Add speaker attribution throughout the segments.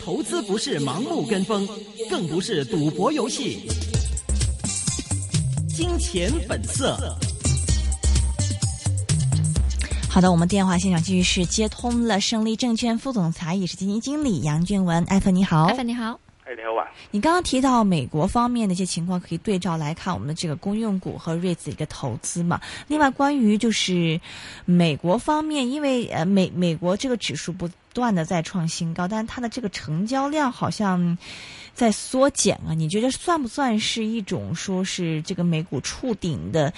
Speaker 1: 投资不是盲目跟风，更不是赌博游戏。金钱本色。
Speaker 2: 好的，我们电话现场继续是接通了胜利证券副总裁也是基金经理杨俊文，艾芬你好，
Speaker 3: 艾芬你好，
Speaker 4: 哎你好啊，
Speaker 2: 你刚刚提到美国方面的一些情况，可以对照来看我们的这个公用股和瑞子一个投资嘛。另外，关于就是美国方面，因为呃美美国这个指数不断的在创新高，但是它的这个成交量好像在缩减啊。你觉得算不算是一种说是这个美股触顶的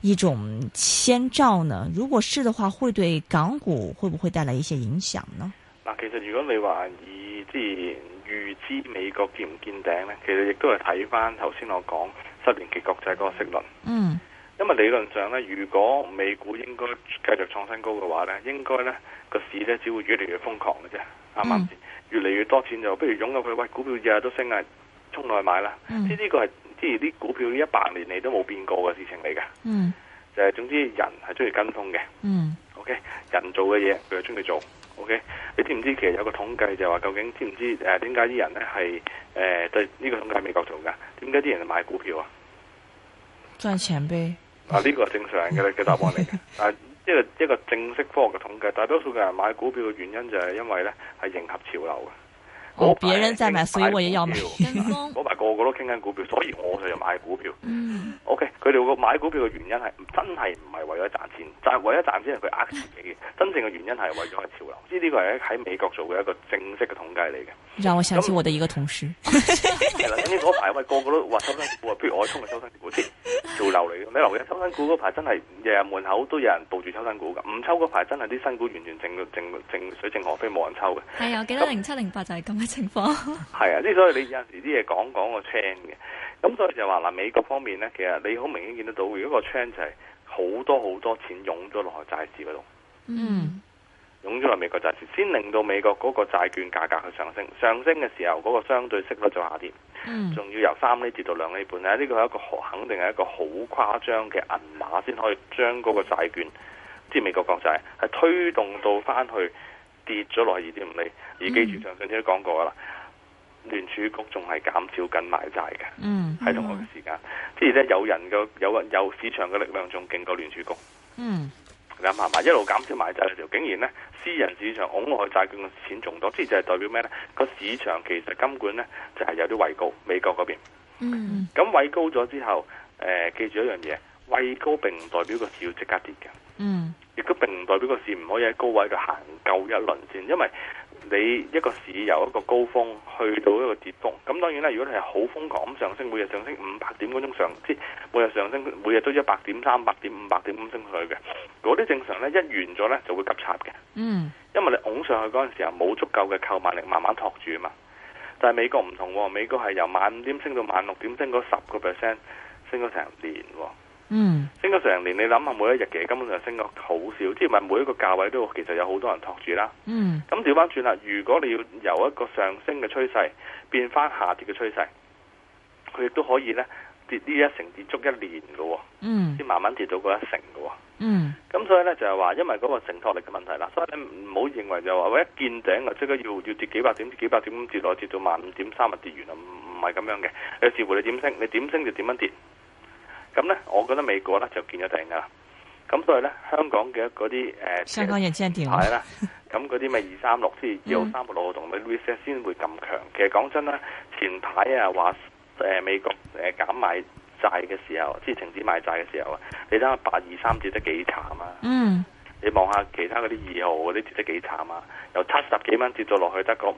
Speaker 2: 一种先兆呢？如果是的话，会对港股会不会带来一些影响呢？
Speaker 4: 嗱，其實如果你話以即係預知美國見唔見頂呢，其實亦都係睇翻頭先我講十年期國債嗰個息率，
Speaker 2: 嗯
Speaker 4: 因為理論上呢，如果美股應該繼續創新高嘅話呢，應該呢個市呢只會越嚟越瘋狂嘅啫，啱唔啱先？越嚟越多錢就不如湧入去，喂，股票日日都升啊，衝落去買啦！
Speaker 2: 嗯
Speaker 4: 呢呢個係即係啲股票一百年嚟都冇變過嘅事情嚟嘅，
Speaker 2: 嗯
Speaker 4: 就係、總之人係中意跟風嘅。
Speaker 2: 嗯
Speaker 4: OK，人做嘅嘢佢就中意做。OK，你知唔知其實有個統計就話究竟知唔知誒點解啲人咧係誒呃對呢個統計喺美國做㗎？點解啲人買股票啊？
Speaker 2: 赚钱呗。
Speaker 4: 啊呢個係正常嘅嘅答案嚟嘅。 但係一個一個正式科學嘅統計，大多數嘅人買股票嘅原因就係因為咧係迎合潮流嘅。
Speaker 2: 哦
Speaker 4: 嗰排
Speaker 2: 別人在買
Speaker 4: 興
Speaker 2: 所以我也要買
Speaker 4: 股票
Speaker 3: 跟风，
Speaker 2: 嗯
Speaker 4: 嗰排個個都傾緊股票，所以我就買股票。
Speaker 3: 嗯
Speaker 4: OK，佢哋個買股票嘅原因係真係唔係為咗賺錢，就係為咗賺錢係佢呃自己嘅。真正嘅原因係為咗係潮流，呢呢個係喺美國做嘅一個正式嘅統計嚟嘅。
Speaker 2: 让我想起我的一个同事。
Speaker 4: 係啦，咁呢嗰排喂個個都話收身股啊，不如我衝去收身股先，潮流嚟嘅。你留意收身股嗰排真係日日門口都有人抱住抽身股㗎，唔抽嗰排真係啲新股完全淨淨淨水淨河飛冇人抽嘅。
Speaker 3: 系啊，我記得零七零八就係咁嘅情況。
Speaker 4: 係啊，之所以你有陣時啲嘢講講個 trend 嘅，咁所以就話嗱，美國方面咧，其實你好明顯見得到，如果個 trend 就係好多好多錢湧咗落去債市嗰度，
Speaker 2: 嗯
Speaker 4: 湧咗落美國債市，先令到美國嗰個債券價格去上升，上升嘅時候嗰、個相對息率就下跌，
Speaker 2: 嗯
Speaker 4: 仲要由三厘跌到兩厘半咧，呢個係一個好肯定係一個好誇張嘅銀碼先可以將嗰個債券，即係美國國債係推動到翻去跌咗落去二點五厘，而記住上上次都講過啦，聯儲局仲係減少緊買債嘅。
Speaker 2: 嗯
Speaker 4: 喺同一嘅時間，即係咧有人嘅有有市場嘅力量仲勁過聯儲局，
Speaker 2: 嗯
Speaker 4: 你諗下嘛？一路減少買債嘅時候，竟然咧私人市場拱落去債券嘅錢仲多，即係就係代表咩咧？個市場其實根本咧就係有啲畏高，美國嗰邊。
Speaker 3: 嗯
Speaker 4: 咁呃畏高咗之後，誒、記住一樣嘢，畏高並唔代表個市要即刻跌嘅。
Speaker 2: 嗯
Speaker 4: 亦都並唔代表個市唔可以喺高位度行夠一輪先，因為你一個市由一個高峰去到一個跌峰，咁當然啦，如果你係好瘋狂咁上升，每日上升五百點嗰種上，即係每日上升，每日都一百點、三百點、五百點咁升上去嘅，嗰啲正常呢，一完咗呢就會急插嘅，
Speaker 2: 嗯
Speaker 4: 因為你拱上去嗰陣時候冇足夠嘅購買力慢慢托住啊嘛。但係美國唔同喎，美國係由晚五點升到晚六點，升嗰十個 percent，升咗成年喎。
Speaker 2: 嗯
Speaker 4: 升咗成年，你諗下每一日其實根本上升咗好少，即係咪每一個價位都其實有好多人托住啦。
Speaker 2: 嗯
Speaker 4: 咁調翻轉啦，如果你要由一個上升嘅趨勢變翻下跌嘅趨勢，佢亦都可以呢跌呢一成跌足一年嘅喎，
Speaker 2: 嗯
Speaker 4: 先慢慢跌到嗰一成嘅喎。
Speaker 2: 嗯
Speaker 4: 咁所以呢，就係話，因為嗰個承托力嘅問題啦，所以你唔好認為就話我一見頂就即刻要要跌幾百點、跌幾百點咁跌落，跌到萬五點三日跌完啦，唔唔係咁樣嘅。你視乎你點升，你點升就點樣跌。咁呢，我覺得美國呢就見咗頂噶啦。咁所以呢，香港嘅嗰啲誒
Speaker 2: 香港也见顶了
Speaker 4: 牌。啦，咁嗰啲咪二三六即係二號三六六同埋 reset 先會咁強。其實講真啦，前排啊話誒美國誒減買債嘅時候，即係停止買債嘅時候啊，你睇下八二三跌得幾慘啊！
Speaker 2: 嗯
Speaker 4: 你望下其他嗰啲二號嗰啲跌得幾慘啊！由七十幾蚊跌到落去得個五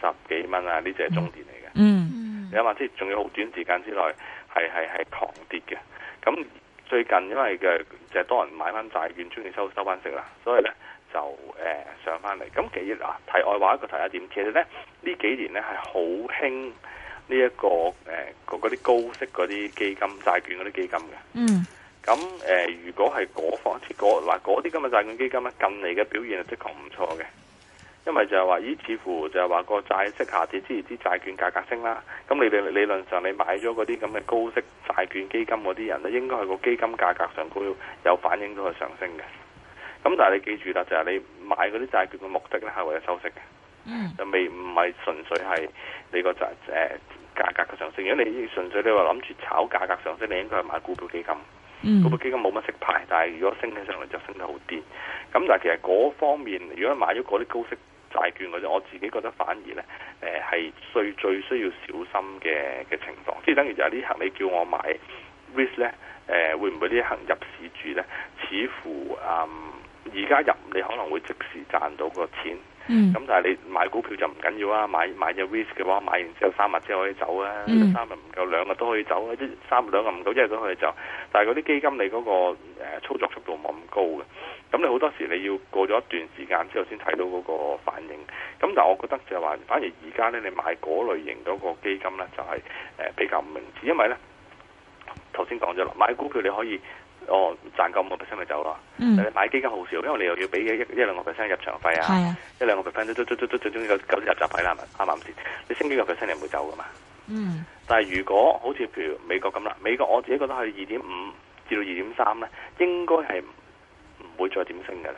Speaker 4: 十幾蚊啊！呢只係中電嚟嘅，
Speaker 2: 嗯
Speaker 3: 嗯
Speaker 4: 你諗下，即係仲要好短時間之內係係係狂跌嘅。咁最近因為嘅就係多人買翻債券，中意收收翻息啦，所以咧就誒、呃上翻嚟。咁其實嗱，題外話一個題一點，其實咧呢幾年咧係好興呢一個誒嗰嗰啲高息嗰啲基金債券嗰啲基金嘅。
Speaker 2: 嗯
Speaker 4: 咁誒、呃如果係嗰方即嗰嗱嗰啲咁嘅債券基金咧，近嚟嘅表現係的確唔錯嘅，因為就係話，咦，似乎就係話個債息下跌之餘，啲債券價格升啦。咁你理理論上你買咗嗰啲咁嘅高息債券基金嗰啲人咧，應該係個基金價格上高有反映到佢上升嘅。咁但係你記住啦，就係、你買嗰啲債券嘅目的咧，係為咗收息嘅。
Speaker 2: 嗯
Speaker 4: 就未唔係純粹係你個債誒價格嘅上升。如果你純粹你話諗住炒價格上升，你應該係買股票基金。
Speaker 2: 嗯
Speaker 4: 嗰個基金冇乜息牌，但係如果升起上嚟就升得好癲。咁但係其實嗰方面，如果買咗嗰啲高息債券嗰啲，我自己覺得反而呢誒係最最需要小心嘅嘅情況。即係等於就係呢刻你叫我買 risk 呢，誒、會唔會呢一刻入市住呢？似乎嗯而家入你可能會即時賺到個錢。
Speaker 2: 嗯
Speaker 4: 咁但係你買股票就唔緊要啊，買買隻 risk 嘅話，買完之後三日之後可以走啊，
Speaker 2: 嗯
Speaker 4: 三日唔夠兩日都可以走啊，一三日兩日唔夠一日都可以走。啊但係嗰啲基金你嗰、個、呃、操作速度冇咁高嘅，咁你好多時你要過咗一段時間之後先睇到嗰個反應。咁但係我覺得就係話，反而而家呢，你買嗰類型嗰個基金呢，就係、呃比較唔明智，因為呢頭先講咗啦，買股票你可以哦賺夠五個 percent 咪走啦，
Speaker 2: 嗯，
Speaker 4: 但係買基金好少，因為你又要俾一一兩個 percent 入場費啊。
Speaker 2: 係啊，
Speaker 4: 一兩個 percent 都都都都最終有九啲入閘位啦，係咪啱唔啱先？你升幾個 percent 你唔會走噶嘛？
Speaker 2: 嗯
Speaker 4: 但係如果好似譬如美國咁啦，美國我自己覺得去二點五至到二點三咧，應該係唔會再點升噶啦。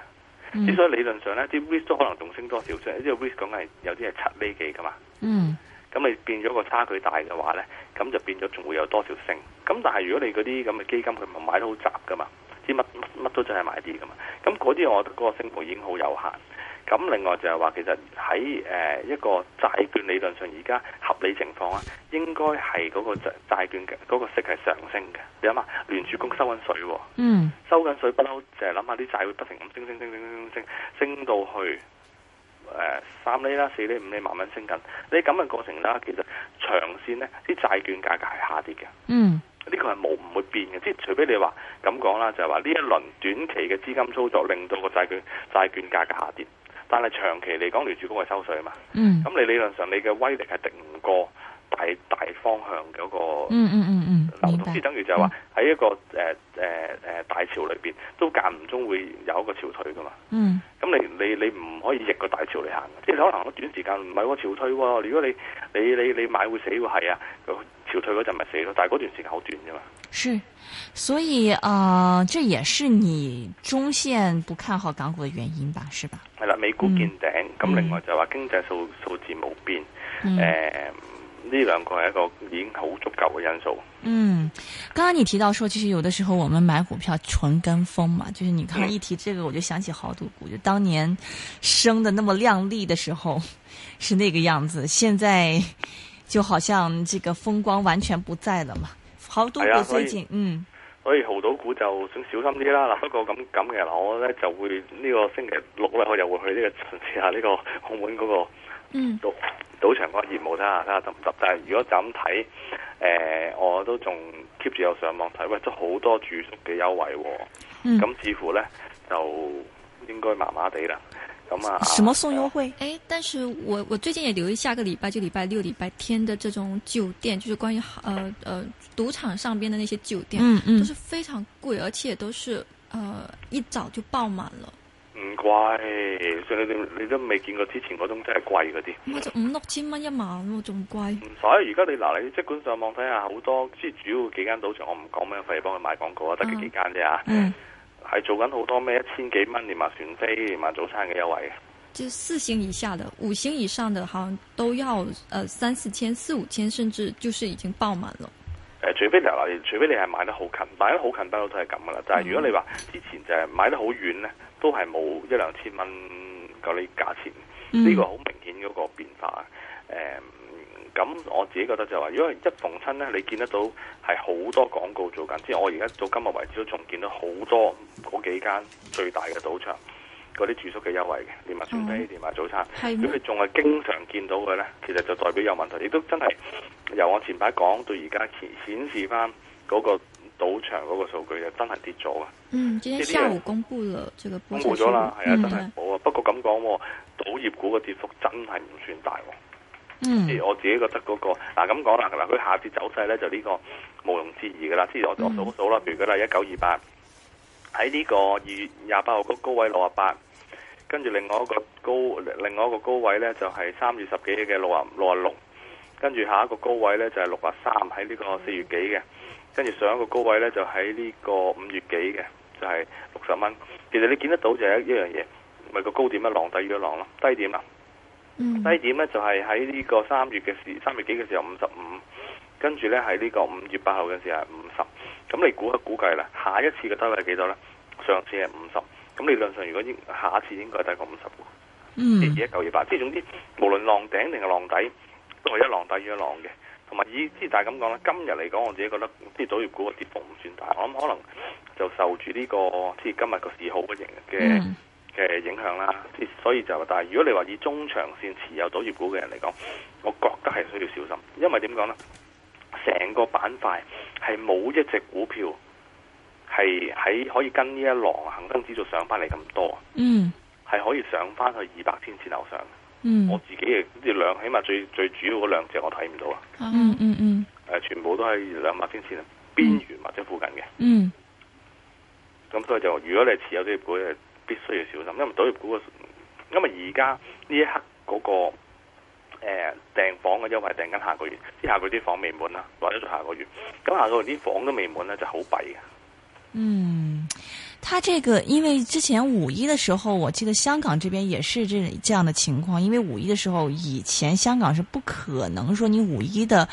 Speaker 2: 嗯
Speaker 4: 之所以理論上咧，啲 risk 都可能仲升多少少，因為 risk 講緊係有啲係七厘幾噶嘛。
Speaker 2: 嗯
Speaker 4: 咁你變咗個差距大嘅話咧，咁就變咗仲會有多少升。咁但係如果你嗰啲咁嘅基金，佢咪買得好雜噶嘛，啲乜乜乜都真係買啲噶嘛。咁嗰啲我覺得嗰個升幅已經好有限。咁另外就係話，其實喺誒、呃一個債券理論上，而家合理情況啊，應該係嗰個債債券嘅嗰、個息係上升嘅。你諗下，聯儲局收緊水喎、
Speaker 2: 嗯
Speaker 4: 收緊水不嬲，就係諗下啲債會不停咁升升升升升升升升到去誒三厘啦、四厘、五厘慢慢升緊。你咁嘅過程啦，其實長線呢啲債券價格係下跌嘅，
Speaker 2: 嗯
Speaker 4: 呢個係冇唔會變嘅。即係除非你話咁講啦，就係話呢一輪短期嘅資金操作令到個債券債券價格下跌，但係長期嚟講，聯儲局係收水啊嘛。
Speaker 2: 嗯
Speaker 4: 咁你理論上你嘅威力係敵唔過大大方向嗰個
Speaker 2: 嗯嗯嗯嗯，
Speaker 4: 流
Speaker 2: 明
Speaker 4: 動，
Speaker 2: 白嗯
Speaker 4: 即係。等於就係話喺一個誒誒誒大潮裏邊，都間唔中會有一個潮退噶嘛。
Speaker 2: 嗯
Speaker 4: 咁你你你唔可以逆個大潮嚟行嘅，即係你可能短時間唔係喎潮退喎。如果你你你你買會死喎，係啊，潮退嗰陣咪死咯。但係嗰段時間好短啫嘛。
Speaker 2: 是，所以呃，这也是你中线不看好港股的原因吧，是吧？
Speaker 4: 係啦，美股
Speaker 2: 嗯
Speaker 4: 見頂，咁、
Speaker 2: 嗯
Speaker 4: 另外就係話經濟數數字冇變，
Speaker 2: 嗯、
Speaker 4: 誒呢兩個係一個已經好足夠嘅因素。
Speaker 2: 嗯，刚刚你提到说，其实有的时候我们买股票纯跟风嘛，就是你刚刚
Speaker 4: 嗯
Speaker 2: 一提这个，我就想起豪赌股，就当年升的那么靓丽的时候是那个样子，现在就好像这个风光完全不在了嘛。豪赌
Speaker 4: 哎呀
Speaker 2: 股
Speaker 4: 所以
Speaker 2: 最近，嗯
Speaker 4: 所以豪賭股就想小心啲啦。嗱， 不過咁咁嘅嗱，我咧就會呢個星期六咧，我又會去呢、個巡視下呢個澳門嗰個
Speaker 3: 嗯
Speaker 4: 賭賭場嗰個業務，睇下睇下得唔得。但係如果就咁睇，誒、我都仲 keep 住有上網睇，喂，都好多住宿嘅優惠喎、
Speaker 2: 嗯，
Speaker 4: 咁似乎咧就應該麻麻地啦。咁啊，
Speaker 2: 什么送优惠？
Speaker 3: 哎，但是我我最近也留意下个礼拜，就礼拜六、礼拜天的这种酒店，就是关于呃呃赌场上边的那些酒店，
Speaker 2: 嗯
Speaker 3: 都
Speaker 2: 嗯
Speaker 3: 是非常贵，而且都是呃一早就爆满了，
Speaker 4: 唔貴，所以你哋你都未見過之前嗰種真係貴嗰啲。
Speaker 3: 啊我就五六千蚊一晚喎，仲貴。
Speaker 4: 唔使，而家你嗱，你即管上網睇下好多，即係主要幾間賭場，我唔講咩費，幫佢賣廣告啊，得幾
Speaker 3: 嗯
Speaker 4: 幾間啫嚇，
Speaker 2: 嗯
Speaker 4: 係做緊好多咩一千幾蚊連埋船飛連埋早餐嘅優惠嘅，
Speaker 3: 就是四星以下的、五星以上的，好像都要呃三四千、四五千，甚至就是已经爆满了。
Speaker 4: 誒、呃除非你嗱，除非你係買得好近，買得好近不嬲都係咁噶啦。但係如果你話之前就係買得好遠咧，都係冇一兩千蚊嗰啲價錢。
Speaker 2: 嗯，
Speaker 4: 呢個好明顯嗰個變化。誒、咁我自己覺得就係話，如果一逢親呢，你見得到係好多廣告做緊，即係我而家到今日為止都仲見到好多嗰幾間最大嘅賭場嗰啲住宿嘅優惠嘅，連埋船飛，
Speaker 3: 哦
Speaker 4: 連埋早餐。
Speaker 3: 係
Speaker 4: 如果
Speaker 3: 咩？
Speaker 4: 佢仲係經常見到嘅呢，其實就代表有問題，亦都真係由我前排講到而家顯顯示翻嗰個賭場嗰個數據就真係跌咗啊！
Speaker 3: 嗯，今天
Speaker 4: 呢啲人
Speaker 3: 下午公布了這個
Speaker 4: 公
Speaker 3: 波
Speaker 4: 布
Speaker 3: 折
Speaker 4: 咗啦，係啊，
Speaker 3: 嗯
Speaker 4: 真係冇啊。不過咁講喎，賭業股嘅跌幅真係唔算大喎。
Speaker 2: 嗯
Speaker 4: 即係我自己覺得嗰、個嗱咁講啦，嗱佢下跌走勢咧就呢個毋庸置疑噶啦。即係我我
Speaker 3: 嗯
Speaker 4: 數數啦，譬如佢啦一九二八喺呢個二月廿八號嗰高位六啊八，跟住另外一個高另外一個高位咧就係、三月十幾嘅六啊六啊六，跟住下一個高位咧就係六啊三喺呢個四月幾嘅，跟住上一個高位咧就喺呢個五月幾嘅，就係六十蚊。其實你見得到就係一一樣嘢，咪、個高點一浪低於一浪咯，低點啦。啊
Speaker 3: 嗯
Speaker 4: 低點咧就係喺呢個三月嘅時，三月幾嘅時候五十五，跟住咧喺呢個五月八號嘅時候係五十。咁你估一估計啦，下一次嘅低位係幾多咧？上次係五十，咁理論上如果應下一次應該係低過五十嘅，即
Speaker 2: 嗯
Speaker 4: 係一九二八。即係總之，無論浪頂定係浪底，都係一浪低於一浪嘅。同埋以即係大係咁講啦，今日嚟講，我自己覺得啲賭業股嘅跌幅唔算大，我諗可能就受住呢、個即係今日個市好嘅形嘅。
Speaker 2: 嗯
Speaker 4: 嘅影響啦，之所以就但係如果你話以中長線持有賭業股嘅人嚟講，我覺得係需要小心，因為點講呢？成個板塊係冇一隻股票係喺可以跟呢一浪恒生指數上翻嚟咁多，
Speaker 2: 嗯
Speaker 4: 係可以上翻去二百天線樓上。我
Speaker 2: 嗯
Speaker 4: 自己嘅呢兩，起碼最最主要嗰兩隻我睇唔到啊，
Speaker 2: 嗯嗯嗯
Speaker 4: 誒全部都係兩百天線邊緣或者附近嘅。
Speaker 2: 嗯
Speaker 4: 咁所以就如果你持有啲股咧，必須要小心，因為賭業股嘅，因為而家呢一刻嗰、個誒訂、房嘅優惠訂緊下個月，即係下個月啲房未滿啦，或者到下個月，咁下個月啲房都未滿咧，就好弊嘅。
Speaker 2: 嗯，他这个因为之前五一的时候，我记得香港这边也是这这样的情况，因为五一的时候以前香港是不可能说你五一的。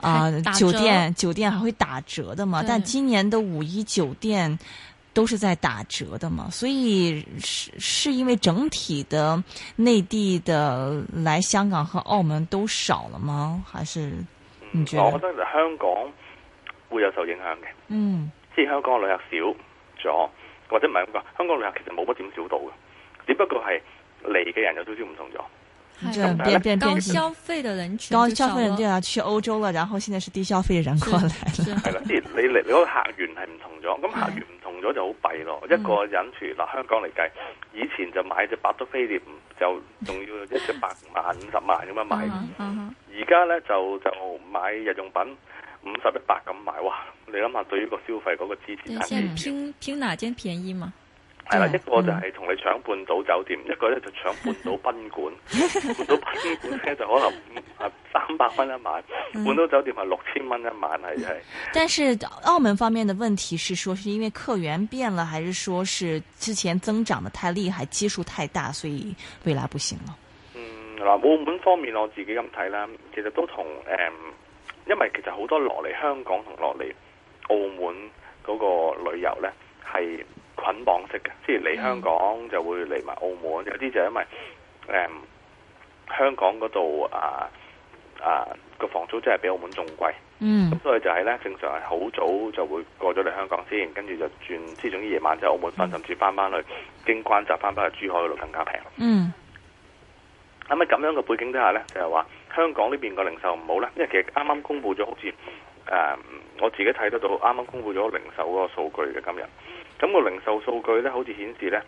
Speaker 2: 啊、
Speaker 3: 还打折
Speaker 2: 酒店酒店还会打折的嘛？
Speaker 3: 对
Speaker 2: 但今年的五一酒店都是在打折的嘛，所以是是因为整体的内地的来香港和澳门都少了吗？还是你
Speaker 4: 嗯
Speaker 2: 覺得
Speaker 4: 我覺得香港會有受影響嘅，
Speaker 2: 嗯
Speaker 4: 即係香港嘅旅客少咗，或者唔係咁講，香港旅客其實冇乜點少到嘅，只不過係嚟嘅人有少少唔同咗。
Speaker 3: 还
Speaker 2: 这
Speaker 3: 有
Speaker 4: 白
Speaker 2: 变变
Speaker 3: 哎高
Speaker 2: 变
Speaker 3: 消费的人群
Speaker 2: 高
Speaker 3: 就
Speaker 2: 消
Speaker 3: 少
Speaker 2: 费人
Speaker 3: 了
Speaker 2: 对啊，去欧洲了，然后现在是低消费的人过来了。
Speaker 3: 是
Speaker 4: 係啦，即係你嚟你嗰個客源係唔同咗，咁客源唔同咗就好弊咯。一個人譬如嗱，香港嚟計，以前就買只百多飛碟就仲要一隻百萬五十萬咁樣買，
Speaker 3: 嗯嗯
Speaker 4: 而家咧就就買日用品五十一百咁買，哇！你諗下對於個消費嗰個支持
Speaker 3: 对，
Speaker 4: 係
Speaker 3: 现在
Speaker 4: 幾
Speaker 3: 拼拼哪间便宜嘛？
Speaker 4: 係啦，
Speaker 2: 嗯
Speaker 4: 一個就係同你搶半島酒店，一個咧就搶半島賓館。半島賓館咧就可能啊三百蚊一晚，半島酒店係六千蚊一晚，係係。
Speaker 2: 但是澳门方面的问题是说，是因为客源变了，还是说是呃之前增长的太厉害，基数太大，所以未来不行了？
Speaker 4: 嗯，嗱，澳門方面我自己咁睇啦，其實都同誒、嗯因為其實好多落嚟香港同落嚟澳門嗰個旅遊呢係捆綁式嘅，即係嚟香港就會嚟埋澳門，有啲就因為誒、嗯香港嗰度啊啊個房租真係比澳門仲貴，
Speaker 2: 嗯
Speaker 4: 咁所以就係呢，正常係好早就會過咗嚟香港先，跟住就轉，即係總之夜晚就澳門翻，甚至翻翻去經關閘翻翻去珠海嗰度更加平。
Speaker 2: 嗯
Speaker 4: 咁喺咁樣嘅背景底下呢，就係、話香港呢邊個零售唔好呢，因為其實啱啱公布咗好似誒、嗯我自己睇得到啱啱公布咗零售嗰個數據嘅今日，咁、個零售數據呢，好似顯示呢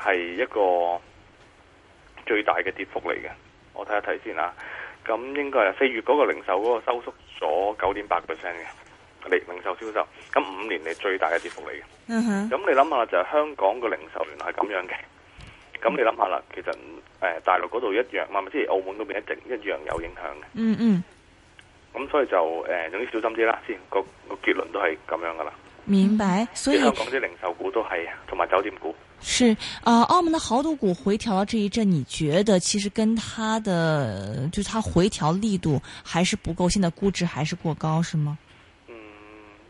Speaker 4: 係一個最大嘅跌幅嚟嘅，我睇一睇先啊。咁應該係四月嗰個零售嗰個收縮咗九點八 percent 嘅零零售銷售，咁五年嚟最大嘅跌幅嚟嘅。
Speaker 2: 嗯哼，
Speaker 4: 咁你諗下啦，就係、香港個零售原來係咁樣嘅。咁你諗下啦，其實誒、呃大陸嗰度一樣，唔係即係澳門嗰邊一直一樣有影響嘅。
Speaker 2: 嗯嗯，
Speaker 4: 咁所以就誒、呃總之小心啲啦，先個個結論都係咁樣噶啦。
Speaker 2: 明白。所
Speaker 4: 即
Speaker 2: 以
Speaker 4: 係香港啲零售股都係，同埋酒店股。
Speaker 2: 是呃，澳门的豪赌股回调了这一阵，你觉得其实跟它的就是它回调力度还是不够，现在估值还是过高，是吗？
Speaker 4: 嗯，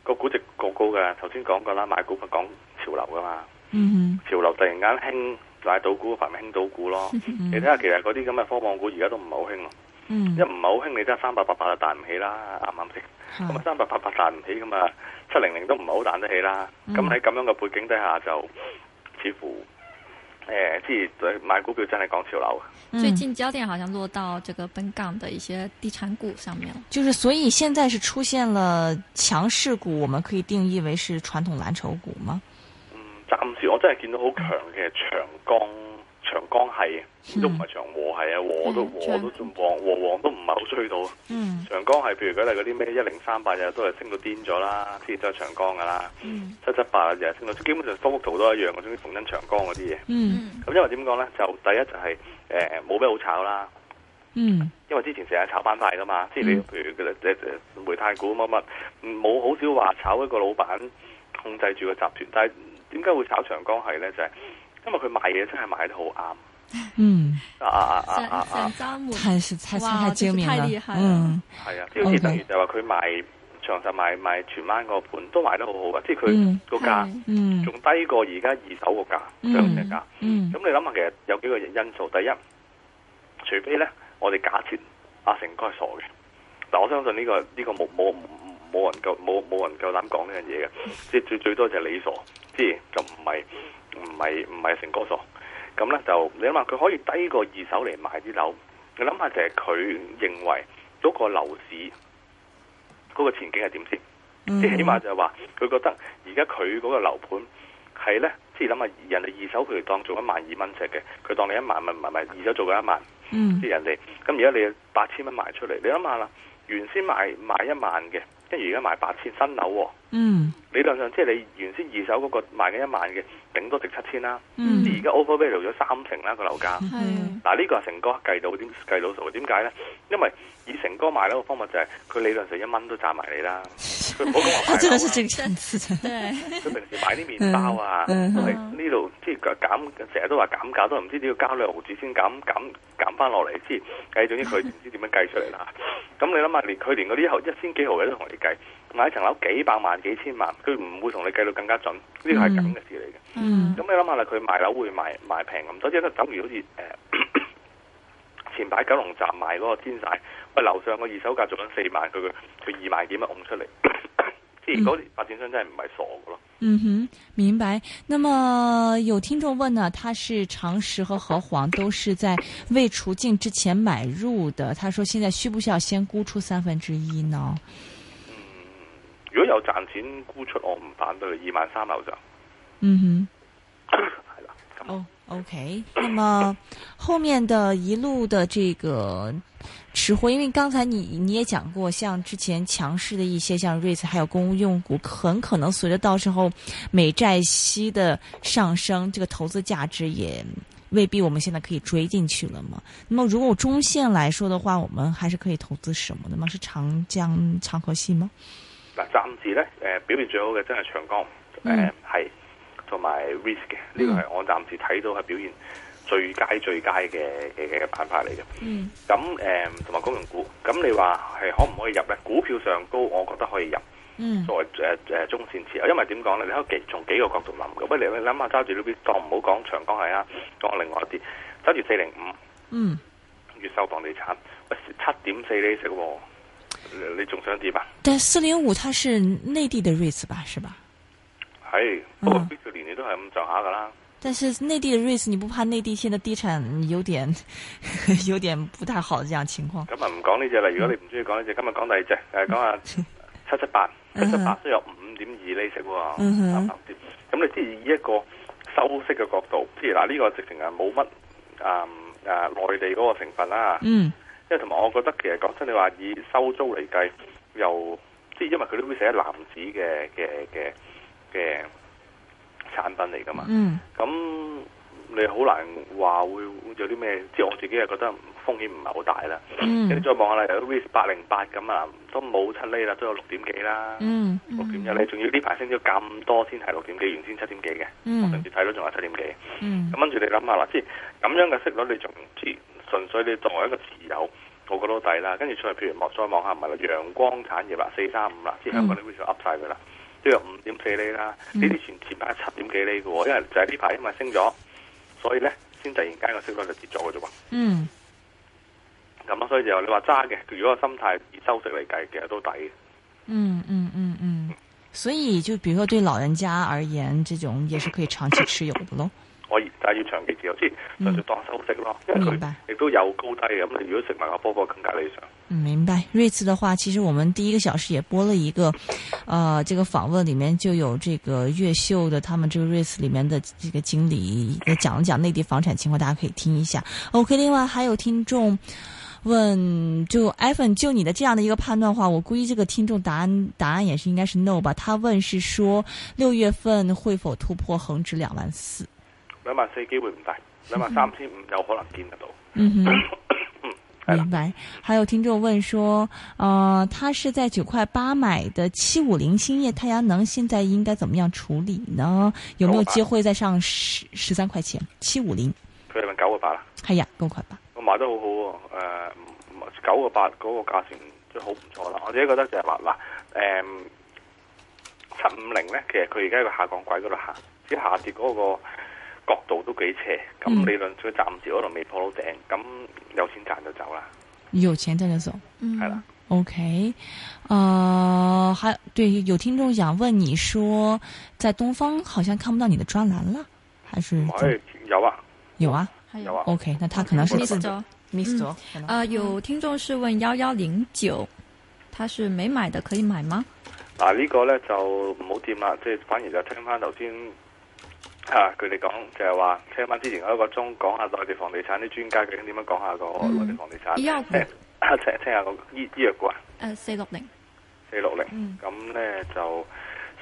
Speaker 4: 個估值過高嘅，頭先講過啦，買股咪講潮流噶嘛，
Speaker 2: 嗯
Speaker 4: 潮流突然間興買賭股，反而興賭股咯。
Speaker 2: 哼，
Speaker 4: 你睇下，其實嗰啲咁嘅科網股而家都唔係好興咯，
Speaker 2: 嗯
Speaker 4: 一唔係好興，你得三百八八就彈唔起啦，啱唔啱先？
Speaker 2: 好
Speaker 4: 咁啊三百八八彈唔起咁啊，七零零都唔係好彈得起啦。
Speaker 2: 嗯
Speaker 4: 咁喺咁樣嘅背景底下，就似乎誒，即、係買股票真係講潮流。啊
Speaker 3: 最
Speaker 2: 嗯
Speaker 3: 近焦点好像落到这个本港的一些地产股上面了。
Speaker 2: 就是，所以现在是出现了强势股，我们可以定义为是传统蓝筹股吗？
Speaker 4: 嗯，暫時我真係見到好強嘅長江長江系，都唔係長和系啊，和都
Speaker 3: 嗯
Speaker 4: 和都仲旺，和旺都唔係好追到。
Speaker 2: 嗯
Speaker 4: 長江系譬如舉例嗰啲咩一零三八日都係升到癲咗啦，即係都係長江噶啦，
Speaker 2: 嗯
Speaker 4: 七七八日升到，基本上幅圖都一樣，我中意逢親長江嗰啲嘢。
Speaker 2: 嗯
Speaker 3: 嗯，
Speaker 4: 咁因為點講咧？就第一就係誒冇咩好炒啦。
Speaker 2: 嗯
Speaker 4: 因為之前成日炒板塊噶嘛，即係你
Speaker 2: 嗯
Speaker 4: 譬如佢哋誒煤炭股乜乜，冇好少話炒一個老闆控制住個集團。但係點解會炒長江係呢？就係、因為佢賣嘢真係賣得好啱，
Speaker 2: 嗯，
Speaker 4: 啊啊啊
Speaker 3: 散
Speaker 4: 啊啊
Speaker 3: 散！招募，
Speaker 2: 太是太太
Speaker 3: 哇
Speaker 2: 太精明
Speaker 3: 真是
Speaker 2: 了
Speaker 3: 太厉，害了
Speaker 2: 嗯
Speaker 4: 係啊，即係好似
Speaker 2: OK
Speaker 4: 等於就話佢賣長實賣賣荃灣個盤都賣得好好嘅，即係
Speaker 2: 嗯
Speaker 4: 佢個價
Speaker 3: 係
Speaker 2: 嗯
Speaker 4: 仲低過而家二手個價
Speaker 2: 嗯
Speaker 4: 上市價。
Speaker 2: 嗯
Speaker 4: 咁你諗下，其實有幾個因素。第一，除非咧，我哋假設阿成哥係傻嘅，嗱，我相信呢、個呢、個冇冇冇人夠冇冇人夠膽講呢樣嘢嘅，即係最最多就係你傻，即係就唔係唔係唔係成哥傻。咁咧就你諗下，佢可以低過二手嚟買啲樓，你諗下就係佢認為嗰個樓市嗰、個前景係點先？
Speaker 2: 嗯，
Speaker 4: 即係起碼就係話，佢覺得而家佢嗰個樓盤係呢，即係諗下人哋二手佢哋當做一萬二蚊尺嘅，佢當你一萬咪咪咪二手做緊一萬，
Speaker 2: 嗯
Speaker 4: 即係人哋咁而家你八千蚊賣出嚟，你諗下啦，原先賣賣一萬嘅，跟住而家賣八千新樓喎，
Speaker 2: 嗯
Speaker 4: 理論上即係你原先二手嗰個賣緊一萬嘅，頂多值七千啦，
Speaker 2: 嗯
Speaker 4: 而家 overvalue 咗三成啦個樓價。
Speaker 3: 係
Speaker 2: 嗯
Speaker 4: 嗱，呢個係成哥計到點計到數？點解呢？因為以成哥賣樓嘅方法就係佢理論上一蚊都賺埋你啦。佢唔好講話
Speaker 3: 嗯
Speaker 2: 他
Speaker 4: 賣
Speaker 2: 真的是这
Speaker 4: 樓啊啦
Speaker 2: 个样子的，
Speaker 3: 對，
Speaker 4: 佢平時買啲麵包啊，
Speaker 2: 嗯嗯
Speaker 4: 因為呢度即係減，成日都話減價，都唔知點要交兩毫子先減減減翻落嚟，即係誒總之佢唔知點樣計出嚟啦。咁你諗下，連佢連嗰啲一毫一千幾毫嘅都同你計，買一層樓幾百萬幾千萬，佢唔會同你計到更加準，呢個係咁嘅事嚟嘅。
Speaker 2: 嗯
Speaker 4: 咁你諗下啦，佢賣樓會賣賣平咁多，即係等於好似誒、呃 前排九龍站賣嗰個天曬，喂樓上個二手價做緊四萬，佢佢佢二萬幾蚊拱出嚟，即係嗰啲發展商真係唔係傻嘅咯。
Speaker 2: 嗯哼，明白。那么有听众问呢，他是常识和和黄都是在未除净之前买入的，他说现在需不需要先沽出三分之一呢？
Speaker 4: 如果有賺錢沽出，我唔反對二萬三樓 上。
Speaker 2: 嗯哼。
Speaker 4: 係啦，咁
Speaker 2: 哦、o k 那么后面的一路的这个持货，因为刚才你你也讲过，像之前强势的一些像瑞斯还有公用股，很可能随着到时候美债息的上升，这个投资价值也未必我们现在可以追进去了嘛。那么如果中线来说的话，我们还是可以投资什么的吗？是长江长河系吗？
Speaker 4: 嗱，暫時咧，誒、表現最好嘅真係長江，誒、
Speaker 2: 嗯
Speaker 4: 係同埋 risk 嘅，呢個係我暫時睇到係表現最佳最佳嘅嘅嘅嘅板塊嚟嘅。
Speaker 3: 嗯，
Speaker 4: 咁誒同埋公用股，咁你話係可唔可以入咧？股票上高，我覺得可以入。
Speaker 2: 嗯
Speaker 4: 作為誒誒中線持有，因為點講咧？你喺幾從幾個角度諗嘅。不如你你諗下揸住呢邊，當唔好講長江係啊，講另外一啲，揸住四零五。
Speaker 2: 嗯，
Speaker 4: 越秀房地產，喂七點四厘息喎，你你仲想點啊？
Speaker 2: 但四零五它是内地的瑞斯吧，是吧？
Speaker 4: 係，不過
Speaker 2: 嗯
Speaker 4: 必 i 年年都係咁上下噶啦。
Speaker 2: 但是内地的瑞斯，你不怕内地现在地产有点 有点不太好的这样情况？
Speaker 4: 咁啊唔講呢只啦，如果你唔中意講呢只，今日講第二隻，
Speaker 2: 嗯
Speaker 4: 誒講下七七八，七七八都有五點二厘息喎，
Speaker 2: 嗯哼
Speaker 4: 啱唔啱先咁你即係以一個收息嘅角度，即係嗱呢個直情係冇乜啊啊內地嗰個成分啦。
Speaker 2: 嗯
Speaker 4: 因為同埋我覺得其實講真，你話以收租嚟計，又即係因為佢都會寫男子嘅嘅嘅嘅產品嚟噶嘛，
Speaker 2: 嗯
Speaker 4: 咁你好難話會有啲咩，即係我自己係覺得風險唔係好大啦。你
Speaker 2: 嗯
Speaker 4: 再望下啦，有 r i s 八零八咁啊，都冇七厘啦，都有六點幾啦，
Speaker 2: 嗯
Speaker 4: 六點一厘，仲要呢排升咗咁多先係六點幾，原先七點幾嘅，我甚
Speaker 2: 嗯
Speaker 4: 至睇到仲係七點幾。
Speaker 2: 嗯
Speaker 4: 咁跟住你諗下啦，即係咁樣嘅息率，你仲即係純粹你作為一個持有，我覺得都抵啦。跟住再譬如望再望下，唔係啦，陽光產業啦，四三五啦，即係香港呢邊就 up 晒佢啦，都有五點四厘啦。
Speaker 2: 嗯
Speaker 4: 呢啲前前排七點幾厘嘅喎，因為就係呢排因為升咗，所以咧先突然間個息率就跌咗嘅啫喎。
Speaker 2: 嗯
Speaker 4: 咁啊所以就你話揸嘅，如果個心態以收息嚟計，其實都抵嘅。
Speaker 2: 嗯嗯嗯嗯，所以就比如说对老人家而言，这种也是可以长期持有的喽。
Speaker 4: 可以，但係要長期持有，即係純粹當收息咯，因為
Speaker 2: 明白
Speaker 4: 佢亦都有高低嘅。咁你如果食埋個波波更加理想。
Speaker 2: 嗯，明白。瑞慈的话，其实我们第一个小时也播了一个，呃，这个访问里面就有这个越秀的他们这个瑞慈里面的这个经理也讲了讲内地房产情况，大家可以听一下。OK，另外还有听众问，就 iPhone 就你的这样的一个判断的话，我估计这个听众答案答案也是应该是 no 吧？他问是说六月份会否突破恒指两万四？
Speaker 4: 兩萬四機會唔大，兩萬三千五有可能見得到。
Speaker 2: 嗯哼。
Speaker 4: 係啦
Speaker 2: 明白。还有听众问说，呃，他是在九块八买的七五零兴业太阳能，现在应该怎么样处理呢？有没有机会再上十十三块钱？七五零，
Speaker 4: 佢哋問九個八啦，
Speaker 2: 係啊，高概吧。
Speaker 4: 我買得好好喎，誒唔唔九個八嗰個價錢即係好唔錯啦。我自己覺得就係話嗱，誒七五零咧，其實佢而家喺個下降軌嗰度行，即係下跌嗰個角度都幾斜，咁
Speaker 2: 嗯
Speaker 4: 理論佢暫時嗰度未破到頂，咁有錢賺就走啦。
Speaker 2: 有錢真的走。
Speaker 3: 嗯，
Speaker 4: 係啦
Speaker 2: OK，呃，还对，有听众想问你说，在东方好像看不到你的专栏了，还是
Speaker 4: 唔
Speaker 2: 怎么
Speaker 4: 係有啊，
Speaker 2: 有啊
Speaker 3: 還
Speaker 4: 有啊嗯
Speaker 2: ？OK，那他可能是自
Speaker 3: miss
Speaker 2: 己嗯
Speaker 3: 咗。
Speaker 2: miss 咗，可能
Speaker 3: 呃，有听众是问幺幺零九，他是没买的，可以买吗？
Speaker 4: 嗱、呢個咧就唔好掂啦，即係反而就聽翻頭先啊佢哋講就係話聽翻之前嗰一個鐘講下內地房地產啲專家究竟點樣講下個
Speaker 3: 嗯
Speaker 4: 內地房地產，
Speaker 3: 醫藥股
Speaker 4: 聽啊聽聽下個醫醫藥股啊
Speaker 3: 呃，四六零，
Speaker 4: 四六零，
Speaker 2: 嗯
Speaker 4: 咁咧就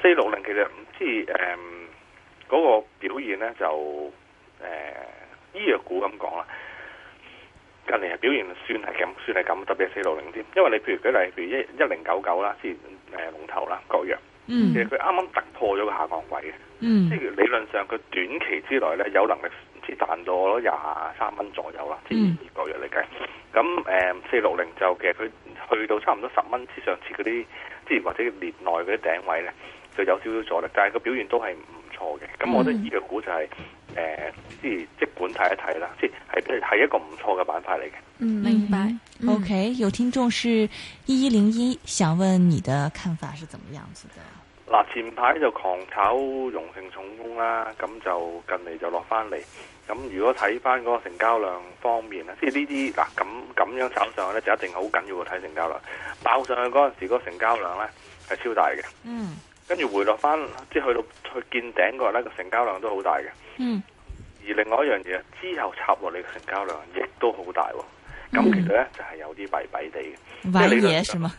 Speaker 4: 四六零其實唔知誒嗰個表現咧就誒、醫藥股咁講啦。近年係表現算係咁，算係咁，特別係四六零添。因為你譬如舉例，譬如一一零九九啦，之前誒龍頭啦，國藥。
Speaker 2: 嗯
Speaker 4: 其實佢啱啱突破咗個下降位嘅，
Speaker 2: 嗯
Speaker 4: 即係理論上佢短期之內咧有能力唔知彈到我廿三蚊左右啦，即係
Speaker 2: 嗯
Speaker 4: 以個月嚟計。咁誒四六零就其實佢去到差唔多十蚊之上次嗰啲，之前或者年內嗰啲頂位咧，就有少少阻力，但係個表現都係唔錯嘅。咁我覺得
Speaker 3: 嗯
Speaker 4: 呢個股就係、誒、即係即管睇一睇啦，即係係係一個唔錯嘅板塊嚟嘅。
Speaker 3: 嗯，明白。嗯
Speaker 2: OK，有听众是一一零一，想问你的看法是怎么样子的？
Speaker 4: 嗱，前排就狂炒容性重工啦，咁就近嚟就落翻嚟。咁如果睇翻嗰個成交量方面啊咧，即係呢啲嗱咁咁樣炒上去咧，就一定好緊要嘅睇成交量。爆上去嗰陣時，嗰個成交量咧係超大嘅，
Speaker 2: 嗯
Speaker 4: 跟住回落翻，即係去到去見頂嗰日咧，個成交量都好大嘅。
Speaker 2: 嗯
Speaker 4: 而另外一樣嘢，之後插落嚟嘅成交量亦都好大喎。咁其實咧就係有啲弊弊地嘅。
Speaker 2: 玩
Speaker 4: 理論
Speaker 2: 嘢
Speaker 4: 上
Speaker 2: 是吗？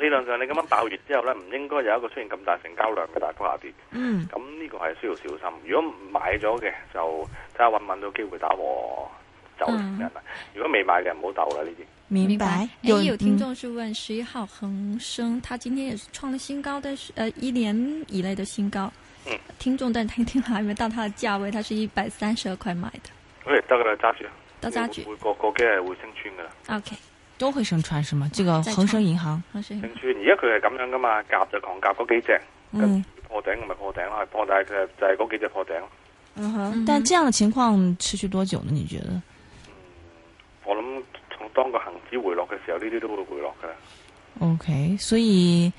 Speaker 4: 理論上你咁樣爆完之後咧，唔應該有一個出現咁大成交量嘅大幅下跌。
Speaker 2: 嗯
Speaker 4: 咁呢個係需要小心。如果買咗嘅就睇下揾唔揾到機會打和走人啦。如果未買嘅唔好鬥啦呢啲。
Speaker 2: 明
Speaker 3: 明白。哎
Speaker 2: 有
Speaker 3: 有听
Speaker 2: 嗯
Speaker 3: 众是问十一号恒生，它今天也是创了新高，但是呃一年以内的新高。
Speaker 4: 嗯
Speaker 3: 听众，但听听还没到它的价位，它是一百三十二块买的，
Speaker 4: 喂，得噶啦，揸住。
Speaker 3: 到揸住。
Speaker 4: 每個個機係會升穿噶啦，
Speaker 3: OK，
Speaker 2: 都会升穿是吗？这个
Speaker 3: 再
Speaker 2: 恒
Speaker 3: 炒
Speaker 2: 生银行，
Speaker 3: 恒生
Speaker 4: 升穿。而家佢係咁樣噶嘛，夾就狂夾嗰幾隻，
Speaker 2: 嗯
Speaker 4: 破頂咪破頂咯，係破但係佢就係嗰幾隻破頂咯。
Speaker 2: 嗯哼
Speaker 3: 嗯
Speaker 2: 但这样的情况持续多久呢？你觉得？
Speaker 4: 我諗從當個恒指回落嘅時候，呢啲都會回落噶啦。
Speaker 2: OK，所以，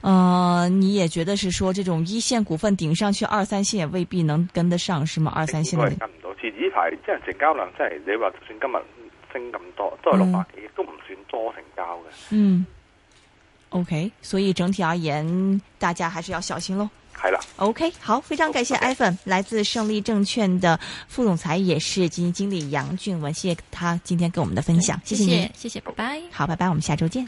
Speaker 2: 呃，你也觉得是说这种一线股份顶上去，二三线也未必能跟得上，是吗？二三线
Speaker 4: 應
Speaker 2: 的
Speaker 4: 該係跟唔到。至呢排即係成交量，即係你話就算今日升咁多，都係六百幾，都唔算多成交嘅。
Speaker 2: 嗯，OK，所以整体而言，大家还是要小心喽。
Speaker 4: 係啦。
Speaker 2: OK，好，非常感谢 iPhone 来自胜利证券的副总裁，也是基金经理杨俊文，谢谢他今天跟我们的分享，谢
Speaker 3: 嗯谢
Speaker 2: 您。
Speaker 3: 谢，谢谢，拜拜。
Speaker 2: 好，拜拜，我们下周见。